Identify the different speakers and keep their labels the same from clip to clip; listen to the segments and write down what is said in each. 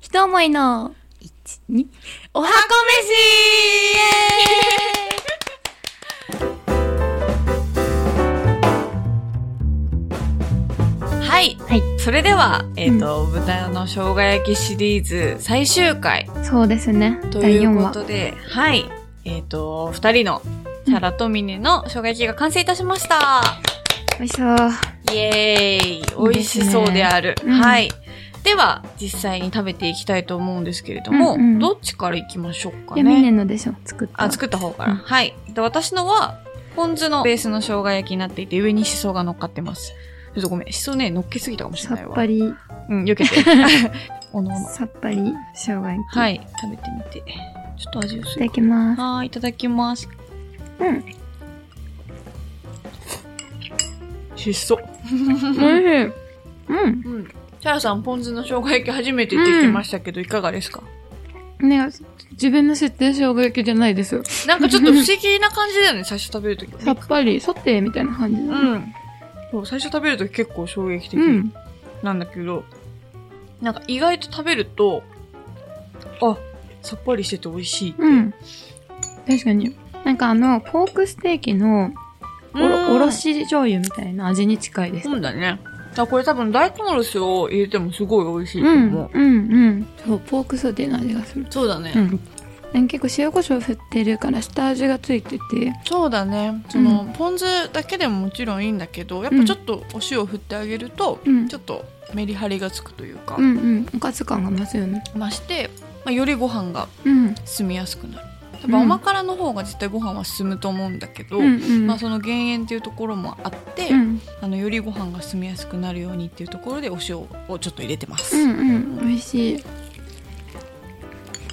Speaker 1: ひと思いの、1、2、おはこ
Speaker 2: はい。
Speaker 1: はい
Speaker 2: それでは、えっ、と、豚の生姜焼きシリーズ最終回
Speaker 1: 飯そうですね。
Speaker 2: とい
Speaker 1: 第
Speaker 2: うこ
Speaker 1: 4
Speaker 2: とで、はい。えっ、と、二人の、
Speaker 1: うん
Speaker 2: チャラとミネの生姜焼きが完成いたしました。
Speaker 1: 美味しそう。
Speaker 2: イエーイ美味しそうである。
Speaker 1: すねうん
Speaker 2: はい。では、実際に食べていきたいと思うんですけれども、
Speaker 1: うんうん
Speaker 2: どっちからいきましょうか
Speaker 1: いや、ミネ
Speaker 2: ね。
Speaker 1: のでしょ、作った。
Speaker 2: あ、作った方から。
Speaker 1: うん
Speaker 2: はい。で私のは、ポン酢のベースの生姜焼きになっていて、上にシソが乗っかってます。ちょっとごめん。シソね、乗っけすぎたかもしれ
Speaker 1: さ
Speaker 2: ない
Speaker 1: っ
Speaker 2: わ。
Speaker 1: ぱり、
Speaker 2: うん、避け て。おのおの。
Speaker 1: さっぱり、生姜焼き。。
Speaker 2: はいい。食べてみて。ちょっと味
Speaker 1: い
Speaker 2: 薄
Speaker 1: ただ
Speaker 2: い。
Speaker 1: きます。
Speaker 2: はーい、いただきます。
Speaker 1: うん。
Speaker 2: しそ。
Speaker 1: 美味しい。うん。
Speaker 2: うん。チャラさん、ポン酢の生姜焼き初めてって言ってましたけど、いかがですか
Speaker 1: ね、自分の設定生姜焼きじゃないです。
Speaker 2: なんかちょっと不思議な感じだよね、最初食べるとき。
Speaker 1: さっぱり、ソテーみたいな感じだ
Speaker 2: う
Speaker 1: ね。
Speaker 2: ん。そう、最初食べるとき結構衝撃的
Speaker 1: うん。
Speaker 2: なんだけど、なんか意外と食べると、あ、さっぱりしてて美味しいって。
Speaker 1: うん。確かに。なんかあの、ポークステーキのおろおろ。し醤油みたいな味に近いです。
Speaker 2: そうだね。だからこれ多分大根おろしを入れてもすごい美味しいと
Speaker 1: うん、
Speaker 2: 思う。
Speaker 1: うん、うん。そう、ポークソテーの味がする。
Speaker 2: そうだね
Speaker 1: うん。なんか結構塩コショウ振ってるから下味がついてて。
Speaker 2: そうだね。その、ポン酢だけでももちろんいいんだけど、やっぱちょっとお塩を振ってあげると、
Speaker 1: うん
Speaker 2: ち。ょっとメリハリがつくというか、
Speaker 1: うんうん。おかず感が増すよね。
Speaker 2: まして、まあ、よりご飯が
Speaker 1: うん。
Speaker 2: 進みやすくなる多分
Speaker 1: うん
Speaker 2: 甘辛の方が絶対ご飯は進むと思うんだけど、
Speaker 1: うんうん。
Speaker 2: まあ、その減塩っていうところもあって、
Speaker 1: うん
Speaker 2: あのよりご飯が進みやすくなるようにっていうところでお塩をちょっと入れてます、
Speaker 1: うんうん。美味しい。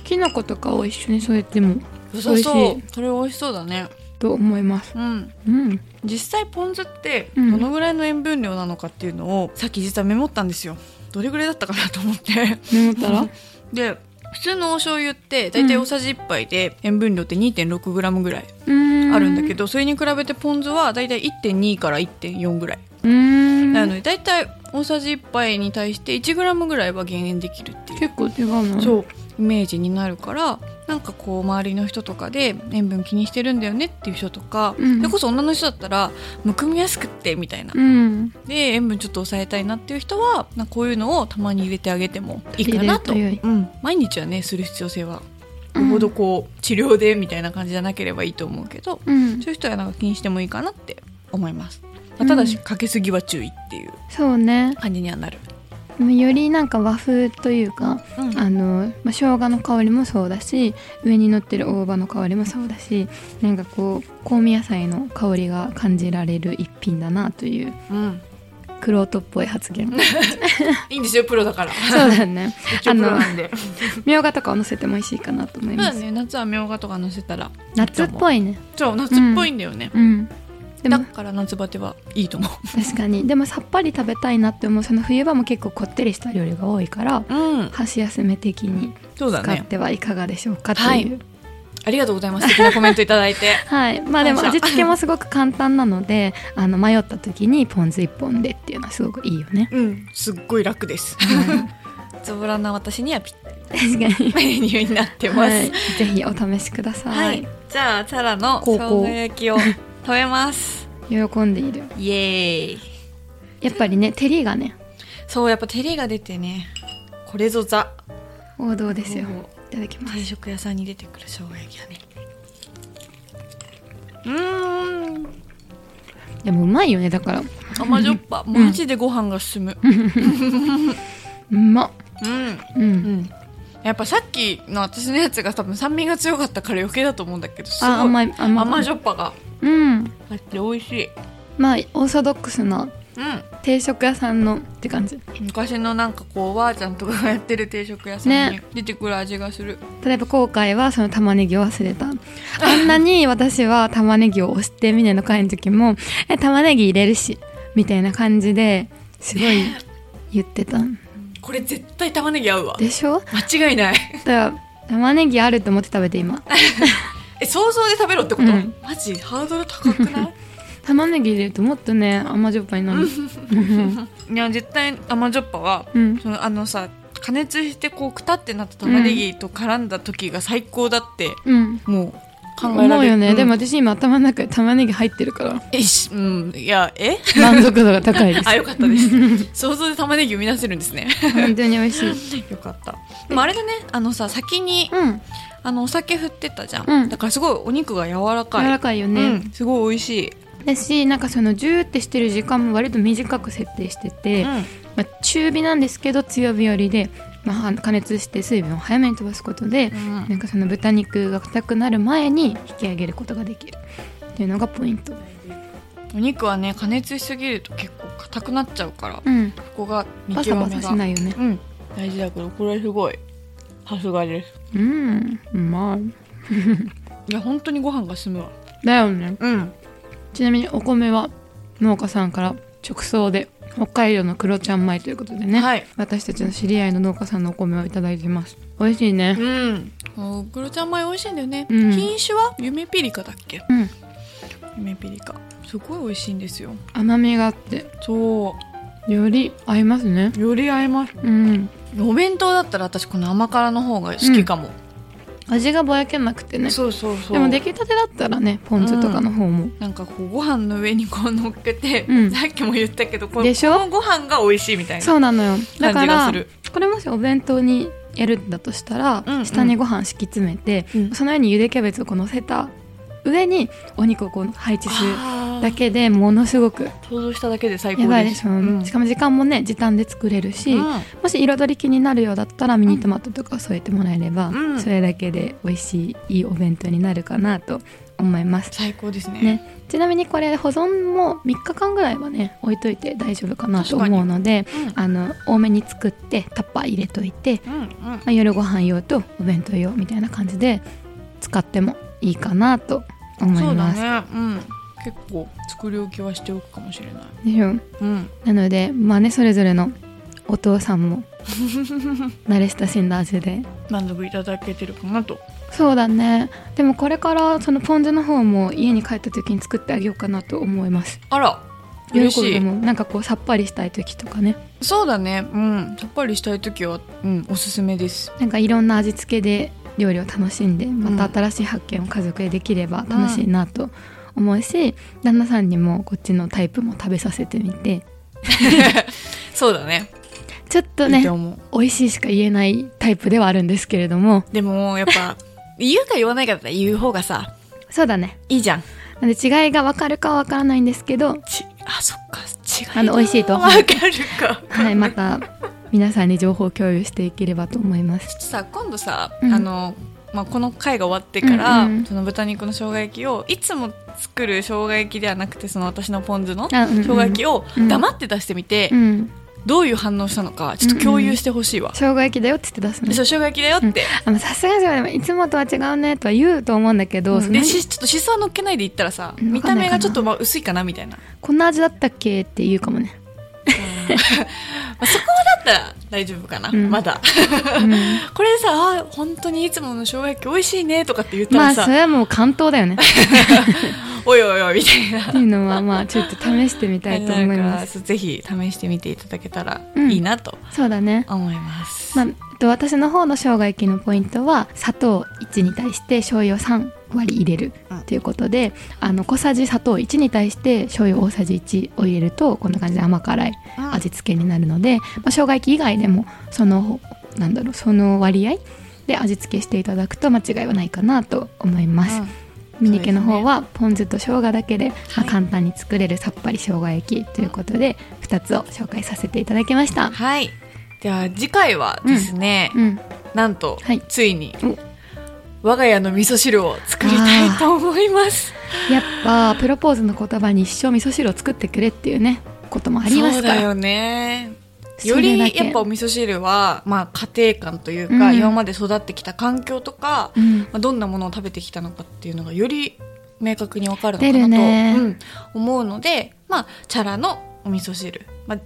Speaker 1: きな粉とかを一緒に添えても
Speaker 2: 良さそ
Speaker 1: 美
Speaker 2: うそれ美味しそうだね
Speaker 1: と思います。
Speaker 2: うん
Speaker 1: うん。
Speaker 2: 実際ポン酢って
Speaker 1: うん
Speaker 2: どのぐらいの塩分量なのかっていうのをさっき実はメモったんですよどれぐらいだったかなと思って
Speaker 1: メモったら
Speaker 2: で普通のお醤油って大体大さじ1杯で塩分量って 2.6g ぐらい
Speaker 1: うん
Speaker 2: あるんだけ
Speaker 1: ど。
Speaker 2: どそれに比べてポン酢は大体1.2から1.4ぐらい
Speaker 1: うん。
Speaker 2: なので大体大さじ1杯に対して 1g ぐらいは減塩できるっていう
Speaker 1: 結構違うの
Speaker 2: そうイメージになるからなんかこう周りの人とかで塩分気にしてるんだよねっていう人とか、
Speaker 1: うん
Speaker 2: それこそ女の人だったらむくみやすくってみたいな
Speaker 1: うん。
Speaker 2: で塩分ちょっと抑えたいなっていう人はなんかこういうのをたまに入れてあげてもいいかなと、
Speaker 1: 入れると
Speaker 2: うん、毎日はねする必要性は
Speaker 1: う
Speaker 2: よ
Speaker 1: ん
Speaker 2: ほどこう治療でみたいな感じじゃなければいいと思うけど、
Speaker 1: うん
Speaker 2: そ。ういう人はなんか気にしてもいいかなって思います。まあ
Speaker 1: うん
Speaker 2: ただし、かけすぎは注意っていう
Speaker 1: そうね。
Speaker 2: 感じにはなる。
Speaker 1: でもよりなんか和風というか、
Speaker 2: うん
Speaker 1: あの、まあ、生姜の香りもそうだし上に乗ってる大葉の香りもそうだしなんかこう香味野菜の香りが感じられる一品だなという
Speaker 2: うん、
Speaker 1: くろとっぽい発言そう
Speaker 2: いいんですよ、プロ だから。
Speaker 1: だよ ね
Speaker 2: 一応プロなんで。
Speaker 1: みょうがとかを乗せても美味しいかなと思い
Speaker 2: ま
Speaker 1: ま
Speaker 2: だ
Speaker 1: す、
Speaker 2: ね、夏はみょうがとか乗せたら。
Speaker 1: 夏っぽ
Speaker 2: い。
Speaker 1: いね
Speaker 2: そう、夏っぽいんだよね。
Speaker 1: うんで
Speaker 2: だ
Speaker 1: も
Speaker 2: から夏バテはいいと思
Speaker 1: 確かにでもさっぱり食べたいなって思うその冬場も結構こってりした料理が多いから
Speaker 2: う。うん、
Speaker 1: 箸休め的に
Speaker 2: そうだ
Speaker 1: 使っ
Speaker 2: ね。
Speaker 1: てはいかがでしょうかと
Speaker 2: はいいうありがとうございます。素敵なコメントいただ いて。
Speaker 1: はい、まあでも
Speaker 2: 感謝
Speaker 1: 味付けもすごく簡単なので あの迷った時にポン酢一本でっていうのはすごくいいよね。
Speaker 2: うん、すっごい楽です。ズボラな私にはぴったり
Speaker 1: 確かに。
Speaker 2: なメニューになってま
Speaker 1: は
Speaker 2: す
Speaker 1: い。、ぜひお試しくださ。
Speaker 2: はいい。じゃあ、チャラの
Speaker 1: 高
Speaker 2: 生
Speaker 1: 校
Speaker 2: 姜焼きを食べます。
Speaker 1: 喜んでいる。
Speaker 2: イエーイ。
Speaker 1: やっぱりね照りがね
Speaker 2: そう、やっぱ照りが出てね。これぞザ。
Speaker 1: 王道ですよ
Speaker 2: 王道。
Speaker 1: いただきます。
Speaker 2: 定食屋さんに出てくる生姜焼きだね。うーん。
Speaker 1: でもうまいよねだから。
Speaker 2: 甘じょっぱ、マジでご飯が進む。
Speaker 1: うまっ。
Speaker 2: うん。
Speaker 1: う。
Speaker 2: うんん。やっぱさっきの私のやつが多分酸味が強かったから余計だと思うんだけど、すごい
Speaker 1: あ甘い甘い
Speaker 2: 甘じょっぱが
Speaker 1: うん。
Speaker 2: あって美味しい。
Speaker 1: まあオーソドックスな
Speaker 2: う
Speaker 1: 定食屋さんのって感じ。
Speaker 2: ん。昔のなんかこう、おばあちゃんとかがやってる定食屋さんに
Speaker 1: ね
Speaker 2: 出てくる味がする。
Speaker 1: 例えば今回はその玉ねぎを忘れた。あんなに私は玉ねぎを押してみねの会の時も、え、玉ねぎ入れるし、みたいな感じで、すごい言ってた。
Speaker 2: これ絶対玉ねぎ合うわ。
Speaker 1: でしょ
Speaker 2: 間違いない。
Speaker 1: だから、玉ねぎあると思って食べて今。
Speaker 2: え、想像で食べろってこと、
Speaker 1: うん
Speaker 2: マジハードル高くない
Speaker 1: 玉ねぎ入れるともっとね、甘じょっぱになる。
Speaker 2: いや、絶対甘じょっぱは、
Speaker 1: うん。
Speaker 2: そのあのさ加熱してこうくたってなった玉ねぎと絡んだ時が最高だって、
Speaker 1: うん
Speaker 2: もう考えられる
Speaker 1: 思うよね、
Speaker 2: ん
Speaker 1: でも私今頭の中に玉ねぎ入ってるから
Speaker 2: えしうんいやえ
Speaker 1: 満足度が高いです
Speaker 2: あよかったです 想像で玉ねぎ生み出せるんですね
Speaker 1: 本当に美味しい
Speaker 2: よかったでもあれだねあのさ先に
Speaker 1: うん
Speaker 2: あのお酒振ってたじゃん、
Speaker 1: うん
Speaker 2: だからすごいお肉が柔らかい
Speaker 1: 柔らかいよね、
Speaker 2: うん、すごい美味しい、
Speaker 1: だしなんかそのジューってしてる時間も割と短く設定してて、まあ、中火なんですけど強火よりで、まあ、加熱して水分を早めに飛ばすことで、
Speaker 2: うん
Speaker 1: なんかその豚肉が硬くなる前に引き上げることができるっていうのがポイント
Speaker 2: お肉はね加熱しすぎると結構硬くなっちゃうから、こ
Speaker 1: うん
Speaker 2: こが見
Speaker 1: バサ
Speaker 2: 極めが
Speaker 1: バサしないよね
Speaker 2: うん大事だけどこれすごいさすがです
Speaker 1: うんうまい
Speaker 2: いや本当にご飯が進むわ
Speaker 1: だよね
Speaker 2: うん
Speaker 1: ちなみにお米は農家さんから直送で北海道の黒ちゃん米ということでね、
Speaker 2: はい
Speaker 1: 私たちの知り合いの農家さんのお米をいただいてます美味しいね
Speaker 2: うんお黒ちゃん米美味しいんだよね、
Speaker 1: うん
Speaker 2: 品種は夢ピリカだっけ
Speaker 1: うん
Speaker 2: 夢ピリカすごい美味しいんですよ
Speaker 1: 甘みがあって
Speaker 2: そ
Speaker 1: より合いますね
Speaker 2: うより合います
Speaker 1: うん
Speaker 2: お弁当だったら私この甘辛の方が好きかも、
Speaker 1: 味がぼやけなくてね
Speaker 2: そうそうそう
Speaker 1: でも出来たてだったらねポン酢とかの方も、
Speaker 2: なんかこうご飯の上にこう乗っけて、
Speaker 1: うん
Speaker 2: さっきも言ったけどこ
Speaker 1: でしょ
Speaker 2: このご飯が美味しいみたいな
Speaker 1: そうなのよだか
Speaker 2: 感じが
Speaker 1: ら
Speaker 2: する
Speaker 1: これもしお弁当にやるんだとしたら、
Speaker 2: うんうん
Speaker 1: 下にご飯敷き詰めて、
Speaker 2: うん
Speaker 1: その上にゆでキャベツをこう乗せた上にお肉をこう配置する
Speaker 2: あー
Speaker 1: だけでものすごく
Speaker 2: 想像しただけで最高です
Speaker 1: やばいですよ、
Speaker 2: うん
Speaker 1: しかも時間もね時短で作れるし、
Speaker 2: う
Speaker 1: もし彩り気になるようだったらミニトマトとかを添えてもらえれば、
Speaker 2: うん
Speaker 1: それだけで美味しいいいお弁当になるかなと思います
Speaker 2: 最高ですね
Speaker 1: ねちなみにこれ保存も3日間ぐらいはね置いといて大丈夫かなと思うのであの多めに作ってタッパー入れといて、
Speaker 2: うんうんうん
Speaker 1: まあ、夜ご飯用とお弁当用みたいな感じで使ってもいいかなと思
Speaker 2: そ
Speaker 1: いうます。
Speaker 2: だねうん結構作り置きはしておくかもしれない
Speaker 1: でしょ
Speaker 2: うん
Speaker 1: なのでまあねそれぞれのお父さ んも慣れ親しんだ味で
Speaker 2: 満足いただけてるかなと
Speaker 1: そうだねでもこれからそのポン酢の方も家に帰った時に作ってあげようかなと思います
Speaker 2: あら嬉
Speaker 1: 喜
Speaker 2: し
Speaker 1: ぶで
Speaker 2: い
Speaker 1: もなんかこうさっぱりしたい時とかね
Speaker 2: そうだねうんさっぱりしたい時はうんおすすめです
Speaker 1: なんかいろんな味付けで料理を楽しんで
Speaker 2: ん
Speaker 1: また新しい発見を家族でできれば楽しいなと思うし、旦那さんにもこっちのタイプも食べさせてみて
Speaker 2: そうだね
Speaker 1: ちょっと
Speaker 2: いい
Speaker 1: ね
Speaker 2: と思う
Speaker 1: 美味しいしか言えないタイプではあるんですけれども
Speaker 2: でもやっぱ 言うか言わないかだったら言う方がさ
Speaker 1: そうだね
Speaker 2: いいじゃん
Speaker 1: なんで違いが分かるかは分からないんですけ ど、
Speaker 2: ちあそっか違い
Speaker 1: あの美味しいと
Speaker 2: わかるか
Speaker 1: はい、また皆さんに情報共有していければと思います。
Speaker 2: さ今度さ、
Speaker 1: うん
Speaker 2: あの、まあ、この回が終わってから、
Speaker 1: うんうん
Speaker 2: その豚肉の生姜焼きをいつも作る生姜焼きではなくてその私のポン酢の
Speaker 1: あうんうん
Speaker 2: 生姜焼きを
Speaker 1: うん
Speaker 2: 黙って出してみて、
Speaker 1: うん、
Speaker 2: どういう反応したのかちょっと共有してほしいわ、
Speaker 1: 生姜焼きだよって言って出すの
Speaker 2: そう生姜焼きだよって、
Speaker 1: あのさすがにそれでもいつもとは違うねとは言うと思うんだけど、その
Speaker 2: でしちょっとしそは乗っけないで言ったらさ
Speaker 1: うん
Speaker 2: 見
Speaker 1: わか
Speaker 2: た目
Speaker 1: んないかな
Speaker 2: がちょっとまあ薄いかなみたいな、
Speaker 1: こんな味だったっけって言うかもね、
Speaker 2: まあ、そこだったら大丈夫かな、
Speaker 1: うん
Speaker 2: まだ
Speaker 1: うん
Speaker 2: これでさあ本当にいつもの生姜焼き美味しいねとかって言った
Speaker 1: ま
Speaker 2: ら
Speaker 1: あ
Speaker 2: さ、
Speaker 1: それはもう関東だよねっ
Speaker 2: おいおいおいみたいな
Speaker 1: ていうのはまあちょっと試してみたいと思い
Speaker 2: なん
Speaker 1: ま
Speaker 2: か
Speaker 1: す
Speaker 2: そうぜひ試してみていただけたら
Speaker 1: うん
Speaker 2: いいなと
Speaker 1: そうだね
Speaker 2: 思います、
Speaker 1: まあ、えっと私の方の生姜焼きのポイントは砂糖1に対して醤油を3割入れる
Speaker 2: うん
Speaker 1: ということであの小さじ砂糖1に対して醤油大さじ1を入れるとこんな感じで甘辛い
Speaker 2: うん
Speaker 1: 味付けになるので、まあ、生姜焼き以外でもそのなんだろうその割合で味付けしていただくと間違いはないかなと思います、ミニケの方はポン酢と生姜だけで、まあ
Speaker 2: はい
Speaker 1: 簡単に作れるさっぱり生姜焼きということで2つを紹介させていただきまし
Speaker 2: う
Speaker 1: た
Speaker 2: ん、はいでは次回はですね、
Speaker 1: うん、
Speaker 2: なんと、
Speaker 1: はい
Speaker 2: ついに
Speaker 1: お
Speaker 2: 我が家の味噌汁を作りたいと思います
Speaker 1: やっぱプロポーズの言葉に一生味噌汁を作ってくれっていうねこともありま
Speaker 2: そ
Speaker 1: す
Speaker 2: う
Speaker 1: か
Speaker 2: だ
Speaker 1: ら
Speaker 2: よね
Speaker 1: そ
Speaker 2: よ
Speaker 1: れ
Speaker 2: り
Speaker 1: だけ
Speaker 2: やっぱお味噌汁は、まあ、家庭感というか、
Speaker 1: うん
Speaker 2: 今まで育ってきた環境とか、
Speaker 1: うん、
Speaker 2: まあ、どんなものを食べてきたのかっていうのがより明確にわかるのか
Speaker 1: 出る
Speaker 2: なと、
Speaker 1: ね
Speaker 2: うん、思うので、まあ、チャラのお味噌汁、まあ、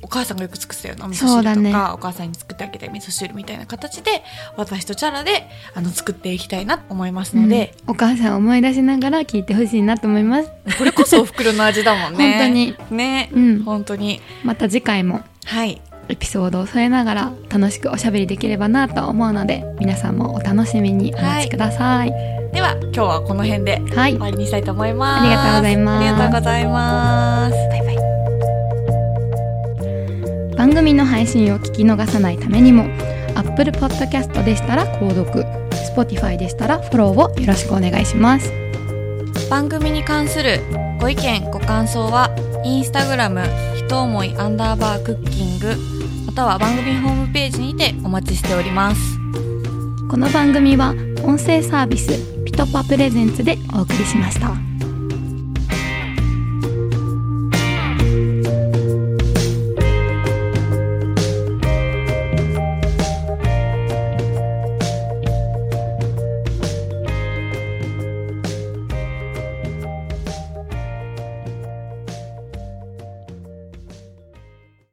Speaker 2: お母さんがよく作ってたようなお味噌
Speaker 1: そう
Speaker 2: 汁
Speaker 1: だ
Speaker 2: とか、
Speaker 1: ね
Speaker 2: お母さんに作ってあげた味噌汁みたいな形で私とチャラであの作っていきたいなと思いますので、
Speaker 1: うんお母さんを思い出しながら聞いてほしいなと思います
Speaker 2: これこそお袋の味だもん ね
Speaker 1: 本
Speaker 2: 当にね、
Speaker 1: うん
Speaker 2: 本当に
Speaker 1: また次回も
Speaker 2: はい
Speaker 1: エピソードを添えながら楽しくおしゃべりできればなと思うので皆さんもお楽しみにお待ちください。はい、
Speaker 2: では今日はこの辺で
Speaker 1: はい
Speaker 2: 終、わりにしたいと思います
Speaker 1: ありがとうございます
Speaker 2: ありがとうございます
Speaker 1: バイバイ。番組の配信を聞き逃さないためにも Apple Podcast でしたら購読 Spotify でしたらフォローをよろしくお願いします。
Speaker 2: 番組に関するご意見ご感想はインスタグラムひと思いアンダーバークッキングまたは番組ホームページにてお待ちしております
Speaker 1: この番組は音声サービスピトパプレゼンツでお送りしました。